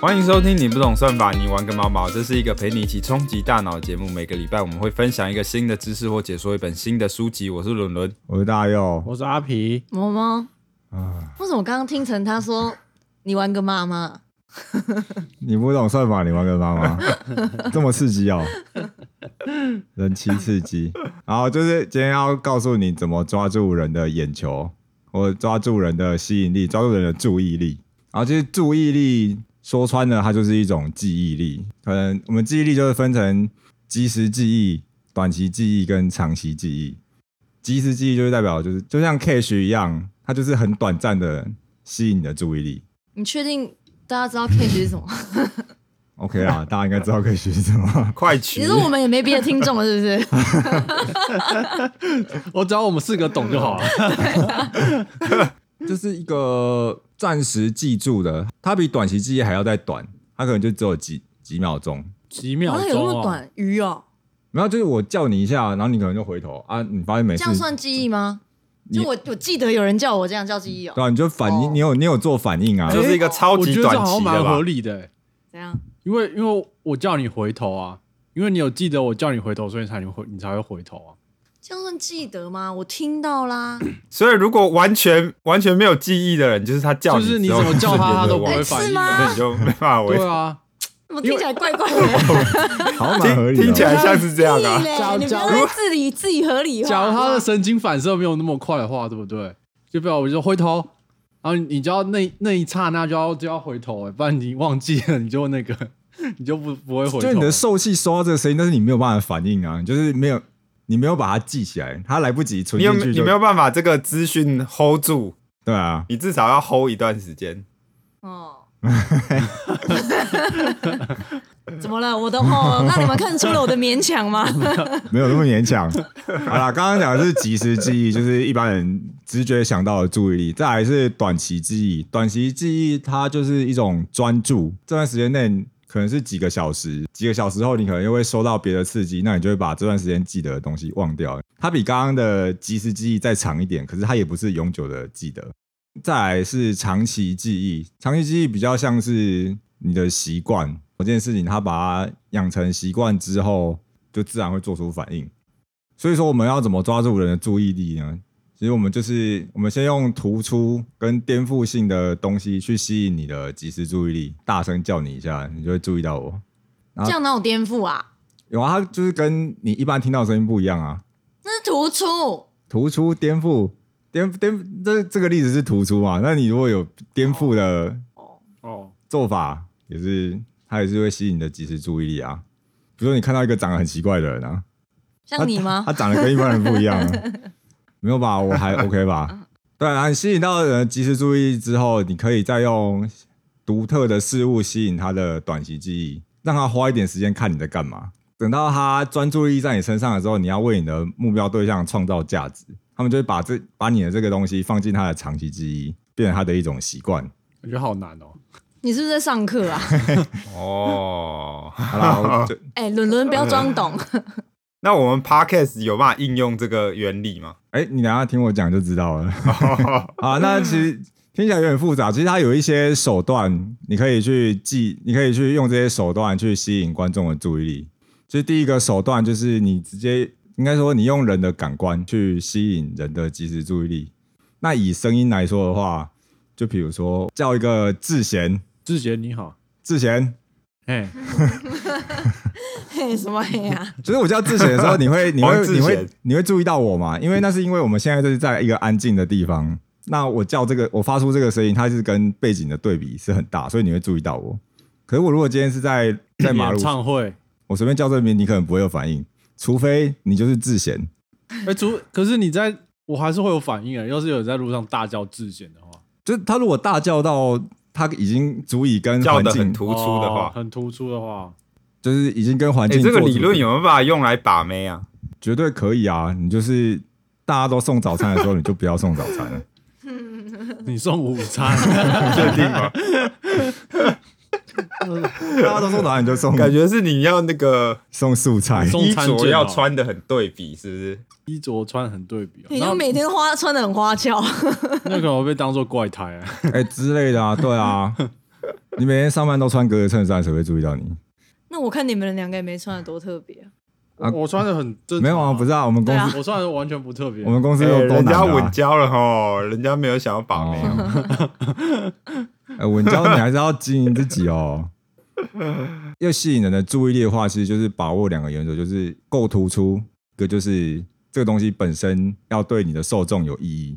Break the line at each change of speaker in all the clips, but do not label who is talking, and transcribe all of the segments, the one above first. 欢迎收听，你不懂算法，你玩个毛毛。这是一个陪你一起冲击大脑的节目。每个礼拜我们会分享一个新的知识或解说一本新的书籍。我是伦伦，。
我是大佑，
我是阿皮，
毛毛为什么我刚刚听成他说你玩个妈妈？
你不懂算法，你玩个妈妈，这么刺激哦，人妻刺激。然后就是今天要告诉你怎么抓住人的眼球，或抓住人的吸引力，抓住人的注意力。然后其实注意力说穿了，它就是一种记忆力。可能我们记忆力就是分成即时记忆、短期记忆跟长期记忆。即时记忆就是代表就是就像 cash 一样，它就是很短暂的吸引你的注意力。
你确定大家知道 K 是什么？
OK 啊，大家应该知道可以学什么
快取
其实我们也没别的听众了，是不是？
我只要我们四个懂就好了。
就是一个暂时记住的，它比短期记忆还要再短，它可能就只有几几秒钟。
几秒
好像有那
钟
么
哦，
短，鱼哦，
然后就是我叫你一下，然后你可能就回头啊，你发现没
这
事，
样算记忆吗？
你
就我我记得有人叫我这样叫记忆哦
对，啊，你就反
哦
应，你有你有做反应啊，
就是一个超
我
级
觉得这
短
好像
期
蛮
的
合
吧。
理的欸，
怎样？
因为因为我叫你回头啊，因为你有记得我叫你回头，所以才你回你才会回头啊。
这样算记得吗？我听到啦，
所以如果完全完全没有记忆的人，就是他叫你，
就是你
之后
怎么叫他
瞬间
他都
就
不
忘
会
了
哎
反
是
应
吗
那你就没办法
对
为。
啊，
怎么听起来怪怪的？
好像蛮合
听
理的。
听起来像是这样啊
屁，嘞
假
你不要
假
再自己自己合理化。
假如他的
好不好
神经反射没有那么快的话，对不对？就不要我就回头，然后你就要那那一刹那就要就要回头，欸不然你忘记了你就那个 你就不不会回头。
就你的受气收到这个声音，但是你没有办法反应啊，你就是没有你没有把它记起来，它来不及存
你有
进去
你
就
没有办法这个资讯 hold 住，
对啊，
你至少要 hold 一段时间。
哦。 怎么了？我的哦，让你们看出了我的勉强吗？
没有那么勉强。好啦，刚刚讲的是即时记忆，就是一般人直觉想到的注意力；再来是短期记忆，短期记忆它就是一种专注，这段时间内可能是几个小时，几个小时后你可能又会收到别的刺激，那你就会把这段时间记得的东西忘掉。它比刚刚的即时记忆再长一点，可是它也不是永久的记得。再来是长期记忆，长期记忆比较像是你的习惯，某件事情它把它养成习惯之后，就自然会做出反应。所以说，我们要怎么抓住人的注意力呢？其实我们就是我们先用突出跟颠覆性的东西去吸引你的即时注意力，大声叫你一下，你就会注意到我。
这样哪有颠覆啊？
有啊，它就是跟你一般听到的声音不一样啊。
那是突出。
突出、颠覆、颠颠，这这个例子是突出嘛？那你如果有颠覆的
哦，
做法也是，它也是会吸引你的即时注意力啊。比如说你看到一个长得很奇怪的人啊，
像你吗
他？
啊
长得跟一般人不一样、啊， 没有吧？我还 OK 吧？对啊，你吸引到人的即时注意力之后，你可以再用独特的事物吸引他的短期记忆，让他花一点时间看你在干嘛。等到他专注力在你身上的时候，你要为你的目标对象创造价值，他们就会把这把你的这个东西放进他的长期记忆，变成他的一种习惯。
我觉得好难哦。
你是不是在上课啊？
哦，
好啦，我就
哎，伦伦不要装 懂，
那我们 podcast 有办法应用这个原理吗？
哎、你等一下听我讲就知道了。啊，那其实听起来有点复杂，其实它有一些手段，你可以去记，你可以去用这些手段去吸引观众的注意力。其实第一个手段就是你直接，应该说你用人的感官去吸引人的即时注意力。那以声音来说的话，就比如说叫一个智贤，
志杰你好，
智贤，
哎，
嘿，什么嘿呀？
就是我叫智贤的时候，你会你
王
会
智
你
贤
会你会注意到我嘛？因为那是因为我们现在就是在一个安静的地方。那我叫这个，我发出这个声音，它是跟背景的对比是很大，所以你会注意到我。可是我如果今天是在 在马路
演，唱会，
我随便叫这名，你可能不会有反应，除非你就是智贤。
哎，除可是你在我还是会有反应哎，要是有人在路上大叫志贤的话，
就是他如果大叫到他已经足以跟
叫
嗯环
的很
境，
突出的
哦
话，
很突出的话，
就是已经跟环
哎、
境、
这个理论有没有办法用来把妹啊？
绝对可以啊！你就是大家都送早餐 的时候，你就不要送早餐了。
你送午餐，
确定吗？
大家都送早餐，你就送
感觉是你要那个
送素菜。
送
衣
嗯餐券
着
哦
要穿的很对比，是不是？
衣着穿很对比哦，
你
然
就
后
每天花穿的很花俏，
那可能会被当做怪胎啊。
哎、之类的啊，对啊，你每天上班都穿格子衬衫，谁会注意到你？
那我看你们两个也没穿的多特别啊、
啊
我穿的很正常，
没有啊，不是啊，我们公
对
司、
啊
我穿的完全不特别
我。们公司
哎
有多
人
难
家
啊
稳交了吼，人家没有想要把妹。
哦呃，稳交你还是要经营自己哦。要吸引人的注意力的话，其实就是把握两个原则，就是够突出，一个就是这个东西本身要对你的受众有意义。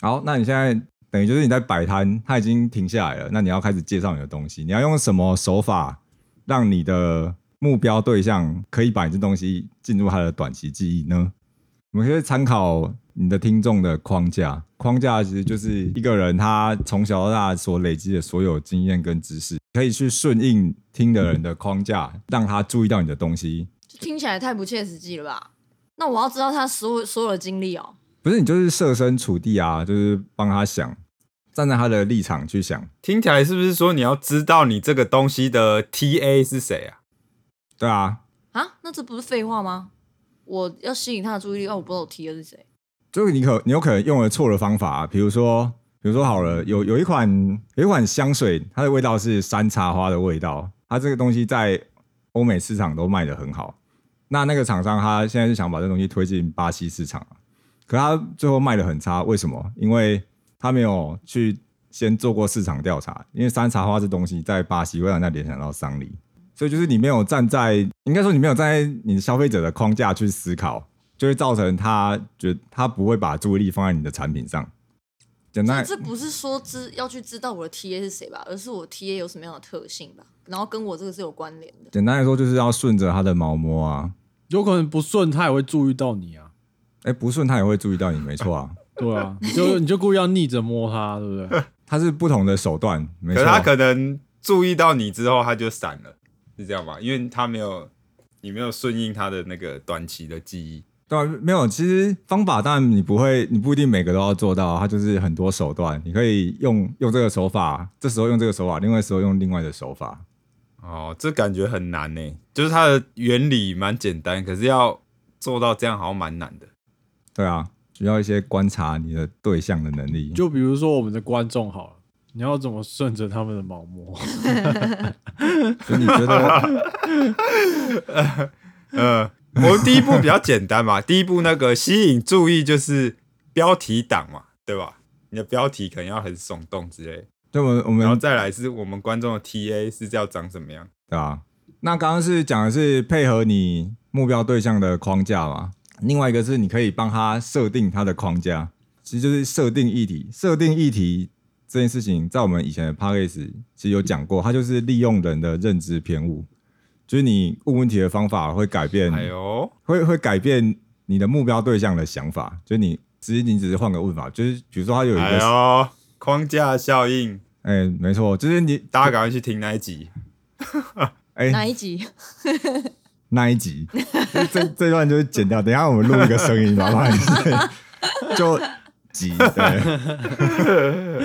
好，那你现在等于就是你在摆摊，它已经停下来了，那你要开始介绍你的东西，你要用什么手法让你的目标对象可以把你这东西进入他的短期记忆呢？我们可以参考你的听众的框架，框架其实就是一个人他从小到大所累积的所有经验跟知识，可以去顺应听的人的框架，让他注意到你的东西。
就听起来太不切实际了吧？那我要知道他所有所有的经历哦。
不是你就是设身处地啊，就是帮他想，站在他的立场去想。
听起来是不是说你要知道你这个东西的 TA 是谁啊？
对啊，
啊，那这不是废话吗？我要吸引他的注意力，哦，我不知道我提的是谁。
就是你可你有可能用了错的方法、啊，比如说，比如说好了，有有一款有一款香水，它的味道是山茶花的味道，它这个东西在欧美市场都卖得很好。那那个厂商他现在是想把这东西推进巴西市场啊，可他最后卖得很差，为什么？因为他没有去先做过市场调查，因为山茶花这东西在巴西会让人家联想到丧礼，所以就是你没有站在，应该说你没有站在你的消费者的框架去思考，就会造成他觉得他不会把注意力放在你的产品上。简
所
单
以，这不是说知要去知道我的 TA 是谁吧，而是我 TA 有什么样的特性吧，然后跟我这个是有关联的。
简单来说，就是要顺着他的毛摸啊，
有可能不顺，他也会注意到你啊。
哎，不顺他也会注意到你，没错啊。
对啊，你就你就故意要逆着摸他，对不对？
它是不同的手段，没
可
错。啊
是他可能注意到你之后，他就闪了，是这样吧？因为他没有，你没有顺应他的那个短期的记忆。
对啊、没有，其实方法当然你不会，你不一定每个都要做到，它就是很多手段，你可以用用这个手法，这时候用这个手法，另外时候用另外的手法。
哦，这感觉很难呢。就是它的原理蛮简单，可是要做到这样好像蛮难的。
对啊，需要一些观察你的对象的能力。
就比如说我们的观众好了，你要怎么顺着他们的毛摸？
就你 觉得
呃，我第一步比较简单嘛， 第一步那个吸引注意就是标题党嘛，对吧？你的标题可能要很耸动之类，
对我们我
然后
们
再来是我们观众的 TA 是要长怎么样？
对啊，那刚刚是讲的是配合你目标对象的框架嘛，另外一个是你可以帮他设定他的框架，其实就是设定议题。设定议题这件事情，在我们以前的 p a c k a g e 其实有讲过，它就是利用人的认知偏误，就是你问问题的方法会改变，
哎呦，
会会改变你的目标对象的想法，就是你只是你只是换个问法，就是比如说他有一
哎
个，
呦，框架效应，
哎、没错，就是你
大家赶快去听那一集。
哎、
哪一集？
那一集， 这这这段就是剪掉。等一下我们录一个声音，麻烦你 就集对。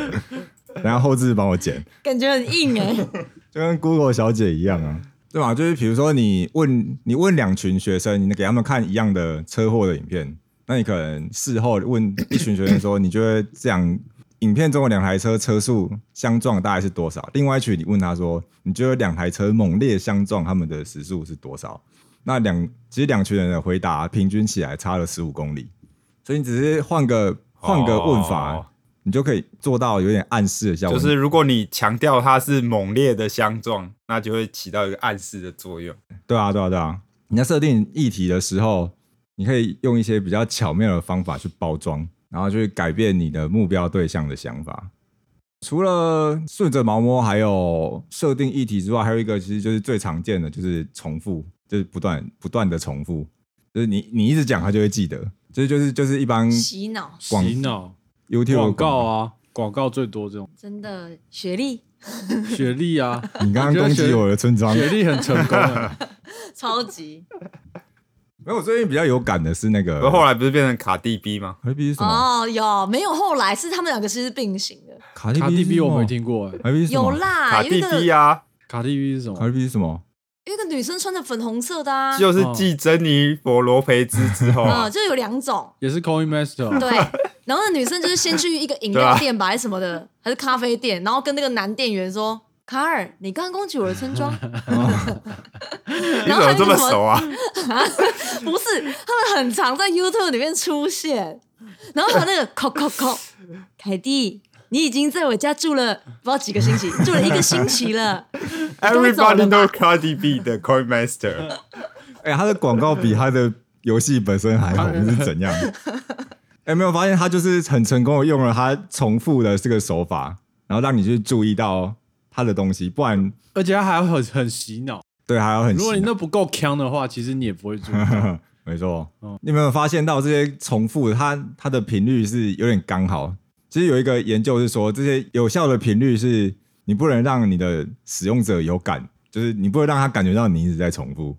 然后后置帮我剪，
感觉很硬哎、
嗯
就跟 Google 小姐一样啊，对吧？就是比如说你问你问两群学生，你给他们看一样的车祸的影片，那你可能事后问一群学生说，你觉得这样影片中的两台车车速相撞大概是多少？另外一群你问他说，你觉得两台车猛烈相撞，他们的时速是多少？那两其实两群人的回答平均起来差了十五公里，所以你只是换个换个问法，
哦
你就可以做到有点暗示的效果。
就是如果你强调它是猛烈的相撞，那就会起到一个暗示的作用。
对啊，对啊，对啊。你在设定议题的时候，你可以用一些比较巧妙的方法去包装，然后去改变你的目标对象的想法。除了顺着毛摸，还有设定议题之外，还有一个其实就是最常见的就是重复，就是不断不断的重复，就是你你一直讲，他就会记得。这就是就是一般
洗脑，
广
洗脑
YouTube
广告啊，广告最多这种。
真的学历
雪 莉啊，
你刚刚攻击我的村 庄，
雪莉很成功啊，
超级
没有。我最近比较有感的是那个
而后来不是变成卡蒂 B 吗？
，B 是什么？
哦，有没有后来是他们两个其实是并行的，
卡
卡蒂 B 我没
们，
听过哎，
卡蒂 B 是什
有
么？
啦，
卡
有一
蒂
个
B 啊，
卡蒂 B 是什
卡
么？
蒂 B 是什么？
有一个女生穿的粉红色的啊，
就是继珍妮佛罗培兹之后啊
嗯，，就有两种，
也是 Coin Master 啊。
对。然后那女生就是先去一个饮料店吧，还是什么的，还是咖啡店，然后跟那个男店员说：“卡尔，你刚刚攻击我的村庄，
你
然
怎
后
么
还
这
有
么
什么
熟啊？
不是，他们很常在 YouTube 里面出现，然后还有那个扣扣扣， 凯蒂，你已经在我家住了不知道几个星期，住了一个星期了，终于走了
Everybody
吧
know Cardi B 的 Coin Master，
哎、他的广告比他的游戏本身还红是怎样？哎、没有发现他就是很成功的用了他重复的这个手法，然后让你去注意到他的东西，不然
而且他还很很洗脑。
对还要很
如果你
洗脑
那不够强的话，其实你也不 会注意到。
没错，你有没有发现到这些重复的，它它的频率是有点刚好？其实有一个研究是说，这些有效的频率是你不能让你的使用者有感，就是你不能让他感觉到你一直在重复，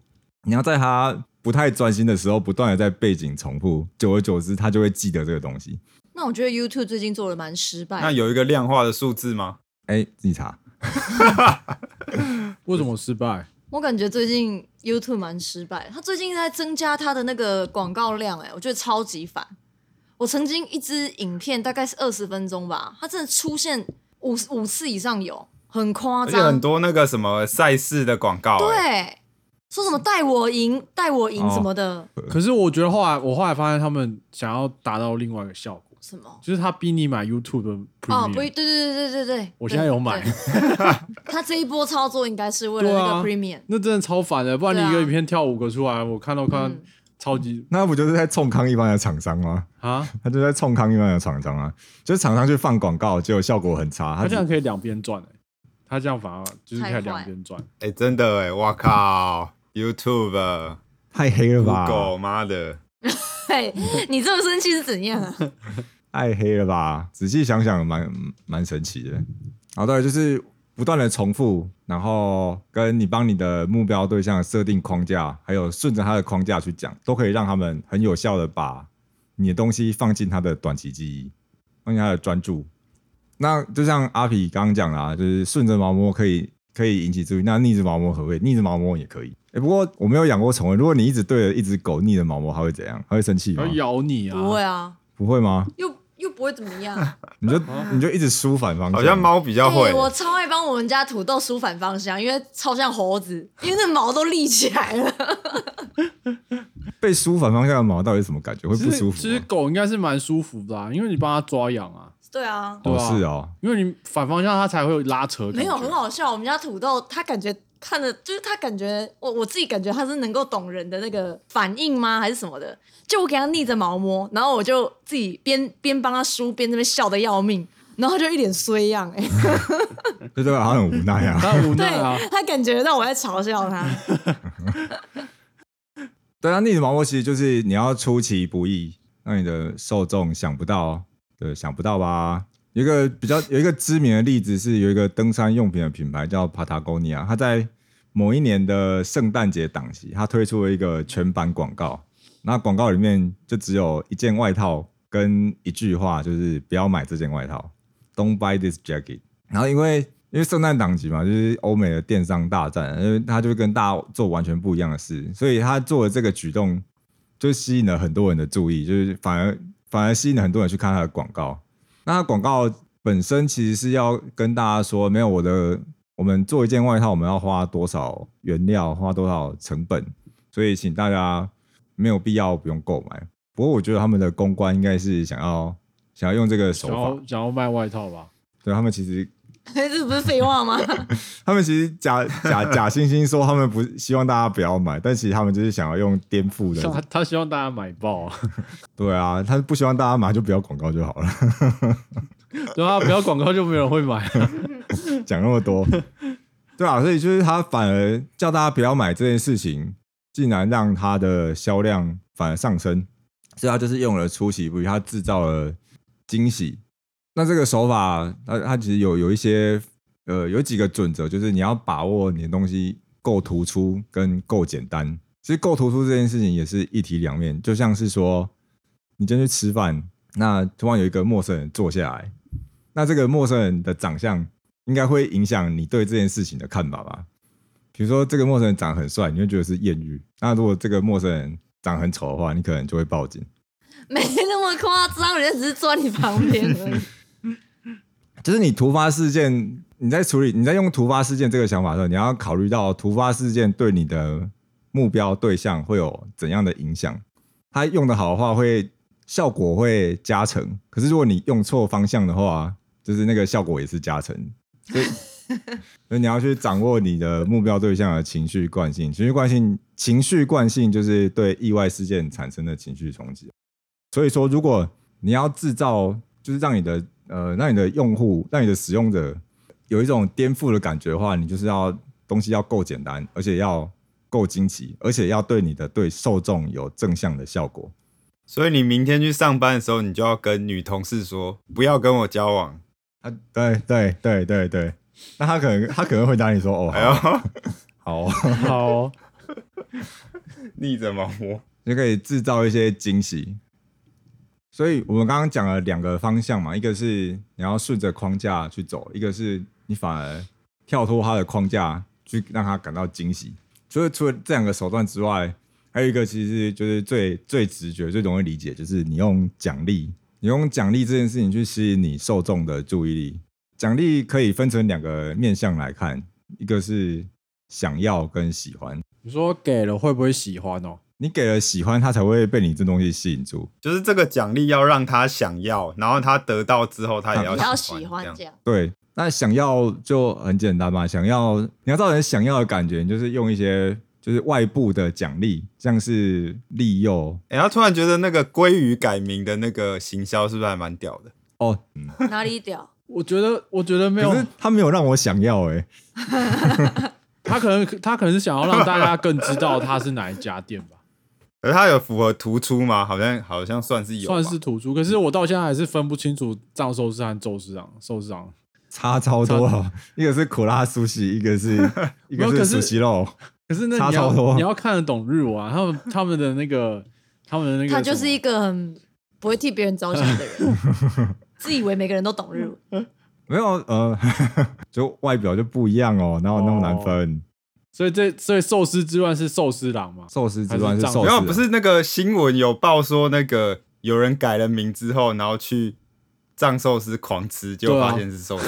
你要在他不太专心的时候，不断的在背景重复，久而久之，他就会记得这个东西。
那我觉得 YouTube 最近做的蛮失败
那
的，
有一个量化的数字吗？
哎、自己查，
为什么失败？
我感觉最近 YouTube 蛮失败的，他最近在增加他的那个广告量、哎，我觉得超级烦。我曾经一支影片大概是二十分钟吧，它真的出现五五次以上有，很夸
而且很
张。
多那个什么赛事的广告、欸，
对，说什么带我赢，带我赢
哦
什么的，
可是我觉得后来，我后来发现他们想要达到另外一个效果，
什么。
就是他逼你买 YouTube 的
哦，不
Premium。
对对对对对对，
我现在有买
对。对他这一波操作应该是为了
对
那
啊
个 Premium，、
那真的超烦的，不然你
对啊
一个影片跳五个出来，我看到看到
嗯
超级
那不就是在冲康一般的厂商吗？
啊，
他就在冲康一般的厂商啊，就是厂商去放广告，结果效果很差，他
他这
就
样可以两边赚欸他这样反而就是可以
太坏
两边赚，
哎、真的哎、欸，哇靠！YouTube、
太黑了吧？
Google，妈的，
嘿，你这么生气是怎样啊？
太黑了吧？仔细想想，蛮蛮神奇的。啊，对，就是不断的重复，然后跟你帮你的目标对象设定框架，还有顺着他的框架去讲，都可以让他们很有效的把你的东西放进他的短期记忆，放进他的专注。那就像阿皮刚刚讲的、啊，就是顺着毛摸可以可以引起注意，那逆着毛摸何谓？逆着毛摸也可以。哎、不过我没有养过宠物，如果你一直对着一只狗逆着毛摸，它会怎样？它会生气吗
要？咬你啊！
不会啊，
不会吗？
又又不会怎么样。啊
你就你就一直梳反方向，
好像猫比较会、
欸我超爱帮我们家土豆梳反方向，因为超像猴子，因为那毛都立起来了。
被梳反方向的毛到底是什么感觉？会
其
不
实
舒服啊
其实
吗？
狗应该是蛮舒服的、啊，因为你帮它抓痒啊，
对啊，
对
哦，
啊
是哦，
因为你反方向它才会有拉扯感觉。
没有很好笑。我们家土豆他感觉看着，就是他感觉我我自己感觉他是能够懂人的那个反应吗，还是什么的？就我给他逆着毛摸，然后我就自己边边帮他梳，边那边笑的要命。然后他就一脸衰样、欸，
就对吧？好像很无奈 啊。
它很无
对、
奈啊，
他感觉到我在嘲笑他，
对啊，逆着毛摸其实就是你要出其不意，让你的受众想不到，对，想不到吧？有一个比较有一个知名的例子是有一个登山用品的品牌叫 Patagonia，它在某一年的圣诞节档期，它推出了一个全版广告。那广告里面就只有一件外套跟一句话，就是不要买这件外套，Don't buy this jacket。然后因为因为圣诞档期嘛，就是欧美的电商大战，因为他就跟大家做完全不一样的事，所以他做的这个举动就吸引了很多人的注意，就是反而反而吸引了很多人去看他的广告。那他广告本身其实是要跟大家说，没有我的，我们做一件外套，我们要花多少原料，花多少成本，所以请大家没有必要不用购买。不过我觉得他们的公关应该是想要想要用这个手
想
法，
要想要卖外套吧？
对他们其实
欸这不是废话吗？
他们其实假假假惺惺说他们不希望大家不要买，但其实他们就是想要用颠覆
他
的。
他希望大家买爆啊，
对啊，他不希望大家买就不要广告就好了，
对啊，不要广告就没有人会买、啊。
讲那么多。对啊，所以就是他反而叫大家不要买这件事情，竟然让他的销量反而上升，所以他就是用了出其不意，他制造了惊喜。那这个手法，它它其实有有一些呃有几个准则，就是你要把握你的东西够突出跟够简单。其实够突出这件事情也是一体两面，就像是说你今天去吃饭，那突然有一个陌生人坐下来，那这个陌生人的长相应该会影响你对这件事情的看法吧？比如说这个陌生人长得很帅，你会觉得是艳遇；那如果这个陌生人长得很丑的话，你可能就会报警。
没那么 夸张，人家只是坐你旁边而已。
就是你突发事件，你在处理你在用突发事件这个想法的时候，你要考虑到突发事件对你的目标对象会有怎样的影响。它用的好的话会，效果会加成；可是如果你用错方向的话，就是那个效果也是加成。所以，所以你要去掌握你的目标对象的情绪惯性。情绪惯性，情绪惯性就是对意外事件产生的情绪冲击。所以说，如果你要制造，就是让你的呃，让你的用户，让你的使用者有一种颠覆的感觉的话，你就是要东西要够简单，而且要够惊奇，而且要对你的对受众有正向的效果。
所以你明天去上班的时候，你就要跟女同事说，不要跟我交往。
啊，对对对对对，那他可能他可能会回答你说：“哦，
哎呦
好，， 好哦、
好哦、
逆着毛摸。
就可以制造一些惊喜。所以我们刚刚讲了两个方向嘛，一个是你要顺着框架去走，一个是你反而跳脱它的框架去让它感到惊喜。所以除了这两个手段之外，还有一个其实就是最最直觉、最容易理解，就是你用奖励，你用奖励这件事情去吸引你受众的注意力。奖励可以分成两个面向来看，一个是想要跟喜欢，
你说给了会不会喜欢哦？
你给了喜欢，他才会被你这东西吸引住。
就是这个奖励要让他想要，然后他得到之后，他也要
你要喜欢
这
这
样。
样，
对，那想要就很简单嘛，想要你要造成想要的感觉，你就是用一些就是外部的奖励，像是利诱
哎、他突然觉得那个鲑鱼改名的那个行销是不是还蛮屌的？
哦，
哪里屌？
我觉得，我觉得没有
可，是他没有让我想要哎、
他可能他可能是想要让大家更知道他是哪一家店吧，
可是他有符合突出吗？好像好像算是有吧，
算是土著。可是我到现在还是分不清楚藏寿司和周市长寿司长。
差超多了，一个是苦辣苏西，一 个是一
没有可
个
是
是苏西肉，
可是那
差
你
超多
要你要看得懂日文、啊，他们他们的那个他们的那个什么，
他就是一个很不会替别人着想的人， 自以为每个人都懂 日文。
没有呃， 就外表就不一样哦，哪有那么难分？
所以这所以寿司之乱是寿司郎嘛？
寿司之乱是
还是
寿
没
司
有，
啊，
不是那个新闻有报说那个有人改了名之后，然后去藏寿司狂吃，结果
对啊
发现是寿 司。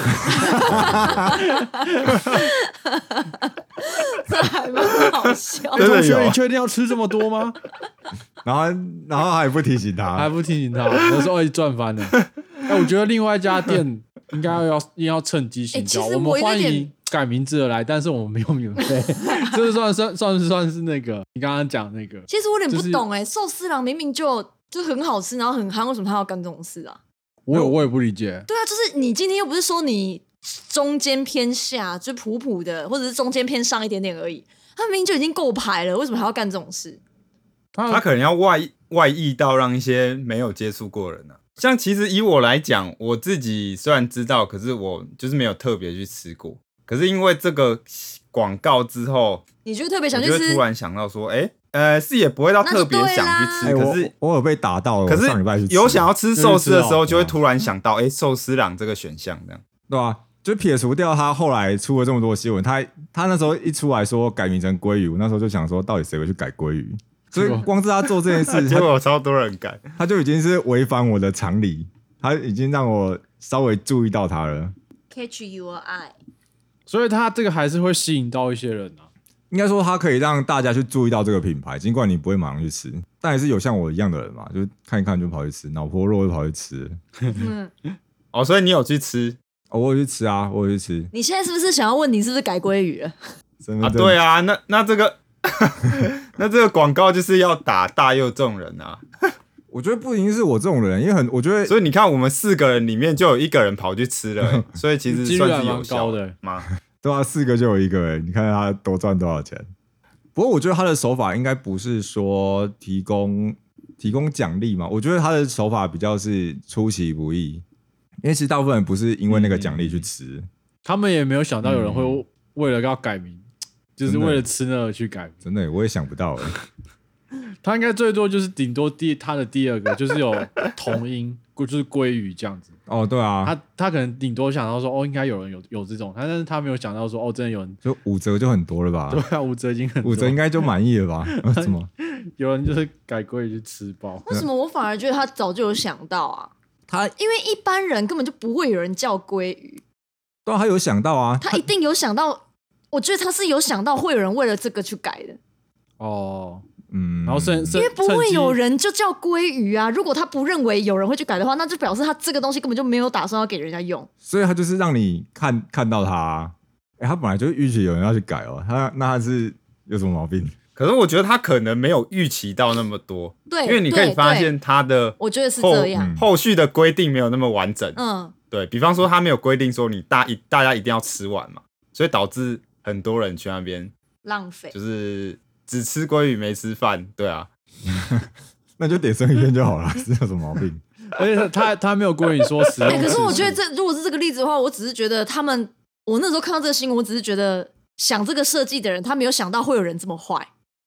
这还蛮好笑。
真的
哎同学，
有
你确定要吃这么多吗？
然后然后还不提醒
还
他，
不提醒他，我说哎赚 翻了。哎、我觉得另外一家店应该要应该要趁机行销，
哎其实
们
我有
欢迎
点
改名字的来，但是我们没有免 费，这算算算算是那个你刚刚讲那个，
其实我有点
就
不
是
懂哎、寿司郎明明就就很好吃，然后很憨，为什么他要干这种事啊？
我也我也不理解。
对啊，就是你今天又不是说你中间偏下，就普普的，或者是中间偏上一点点而已。他明明就已经够排了，为什么还要干这种事？
他
他
可能要外外溢到让一些没有接触过的人啊。像其实以我来讲，我自己虽然知道，可是我就是没有特别去吃过。可是因为这个广告之后，
你就特别
我
想去
就会
吃
突，然想到说，哎、呃，是也不会到特别想去
哎、
吃，可
我
是
我有被打到了，
可
哦我上礼拜去
是
吃
有想要吃寿司的时候，
就是吃到
就会突然想到，哎，寿司郎这个选项这样。
对啊，就撇除掉他后来出了这么多新闻，他他那时候一出来说改名成鲑鱼，我那时候就想说，到底谁会去改鲑鱼？所以
结果
光是他做这件 事，
结
他
果有超多人改，
他就已经是违反我的常理，他已经让我稍微注意到他了。
catch your eye。
所以他这个还是会吸引到一些人啊。
应该说，他可以让大家去注意到这个品牌，尽管你不会马上去吃，但还是有像我一样的人嘛，就看一看就跑去吃，脑婆肉就跑去吃。
嗯，
哦，所以你有去吃
哦，我有去吃啊，我有去吃。
你现在是不是想要问你是不是改鲑鱼了？
真的
啊？对
啊，
啊，那那这个 那这个广告就是要打大佑这种人啊。
我觉得不一定是我这种人，因为很，我觉得
所以你看，我们四个人里面就有一个人跑去吃了、欸所以其实
几率
算
还
是
蛮
有效
高的欸
嘛。
对啊，四个就有一个人，你看他多赚多少钱。不过我觉得他的手法应该不是说提供提供奖励嘛，我觉得他的手法比较是出其不意，因为其实大部分人不是因为那个奖励
嗯
去吃，
他们也没有想到有人会为了要改名，就是
真的
为了吃那而去改名。
真的我也想不到、欸。
他应该最多就是顶多第他的第二个就是有同音，就是鲑鱼这样子。
哦，对啊，
他他可能顶多想到说哦，应该有人有有这种，他但是他没有想到说哦，真的有人。
就五折就很多了吧
对，啊，五折已经很多
五折应该就满意了吧？啊 怎么？
有人就是改鲑鱼去吃包，
为什么我反而觉得他早就有想到啊？
他
因为一般人根本就不会有人叫鲑鱼，
对啊，他有想到啊，
他一定有想到，我觉得他是有想到会有人为了这个去改的，
哦，
嗯，
然后甚甚
因为不会
趁机
有人就叫鲑鱼啊。如果他不认为有人会去改的话，那就表示他这个东西根本就没有打算要给人家用。
所以他就是让你看看到他、啊，哎、他本来就预期有人要去改哦，他那他是有什么毛病？
可是我觉得他可能没有预期到那么多，
对，
因为你可
对
以发，
对
现他的
我觉得是
后
这样。
嗯
后续的规定没有那么完整。
嗯，
对比方说，他没有规定说你大一大家一定要吃完嘛，所以导致很多人去那边
浪费。
就是只吃鲑鱼没吃饭。对啊，
那就点生鱼片就好了， 是有什么毛病？
而且他他没有规定说使用
哎、可
次
是
数
我觉得这如果是这个例子的话，我只是觉得他们，我那时候看到这个新闻，我只是觉得想这个设计的人，他没有想到会有人这么坏，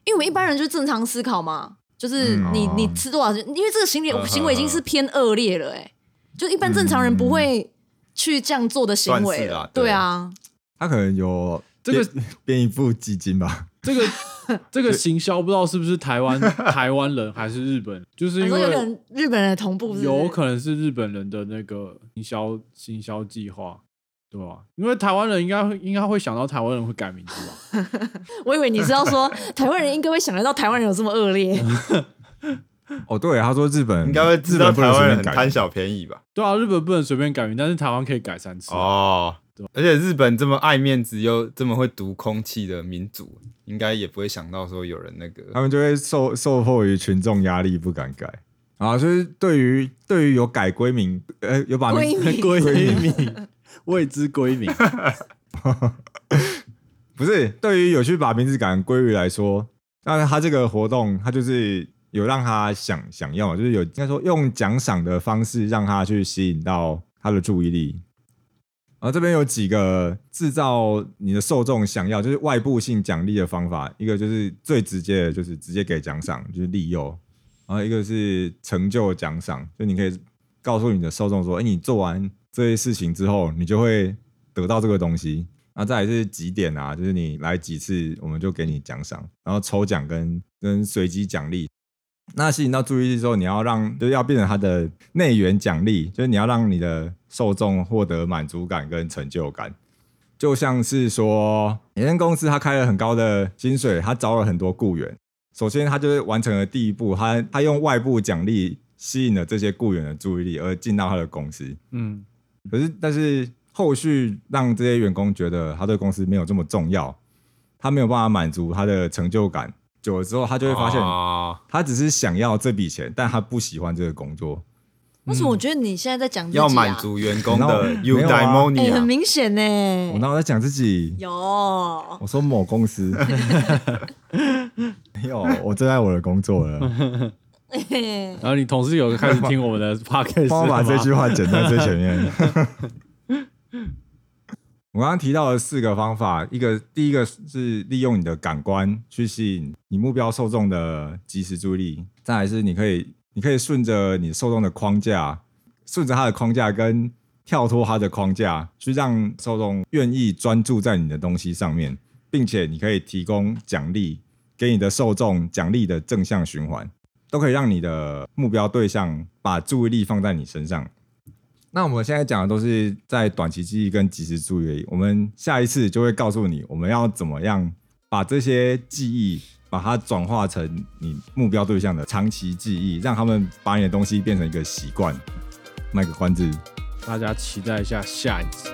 因为我们一般人就是正常思考嘛，就是
嗯
你、
哦
你吃多少，因为这个行
嗯
为
嗯
行为已经是偏恶劣了、哎，就一般正常人不会去这样做的行为
算是
了，
啦对
对啊，
他可能有
这个
编编一部基金吧，
这个这个行销不知道是不是台湾台湾人还是日本，就是
你
因
说有
为
点日本人的同步是不是
有可能是日本人的那个行销行销计划，对吧？因为台湾人应该会应该会想到台湾人会改名字吧？
我以为你是要说台湾人应该会想得到台湾人有这么恶劣，
哦，对，他说日本
应该会知
日
道
本不
台
能随
湾人
便
很
改
贪小便宜吧？
对啊，日本不能随便改名，但是台湾可以改三
啊
次。
哦，而且日本这么爱面子又这么会读空气的民族，应该也不会想到说有人那个
他们就会受受迫于群众压力不敢改啊，就是对于对于有改归名，呃，有把名
闺蜜
归名，未知归名，
不是对于有去把名字改成归于来说，那他这个活动他就是有让他想想要嘛，就是有应该说用奖赏的方式让他去吸引到他的注意力。然后这边有几个制造你的受众想要，就是外部性奖励的方法，一个就是最直接的，就是直接给奖赏，就是利诱；然后一个是成就奖赏，就你可以告诉你的受众说，哎，你做完这些事情之后，你就会得到这个东西。那再来是几点啊，就是你来几次，我们就给你奖赏，然后抽奖跟跟随机奖励。那吸引到注意力之后，你要让就是要变成它的内源奖励，就是你要让你的受众获得满足感跟成就感。就像是说，有间公司它开了很高的薪水，它招了很多雇员。首先，它就是完成了第一步，它它用外部奖励吸引了这些雇员的注意力，而进到它的公司。
嗯，
可是，但是后续让这些员工觉得他对公司没有这么重要，他没有办法满足他的成就感，久了之后，他就会发现
哦
他只是想要这笔钱，但他不喜欢这个工作。
为什么我觉得你现在在讲自己啊
要满足啊员工 的
没有啊
哎、很
eudaimonia，
明显呢、
我那我在讲自己，
有。
我说某公司，没有，我真爱我的工作了。
然后你同事有开始听我们 的 podcast，
帮我把
了吗
这句话剪在最前面。 我刚刚提到的四个方法，一个第一个是利用你的感官去吸引你目标受众的即时注意力，再来是你可以你可以顺着你受众的框架，顺着他的框架跟跳脱他的框架，去让受众愿意专注在你的东西上面，并且你可以提供奖励给你的受众奖励的正向循环。都可以让你的目标对象把注意力放在你身上。那我们现在讲的都是在短期记忆跟即时注意力，我们下一次就会告诉你我们要怎么样把这些记忆把它转化成你目标对象的长期记忆，让他们把你的东西变成一个习惯。卖个关子。
大家期待一下下一集。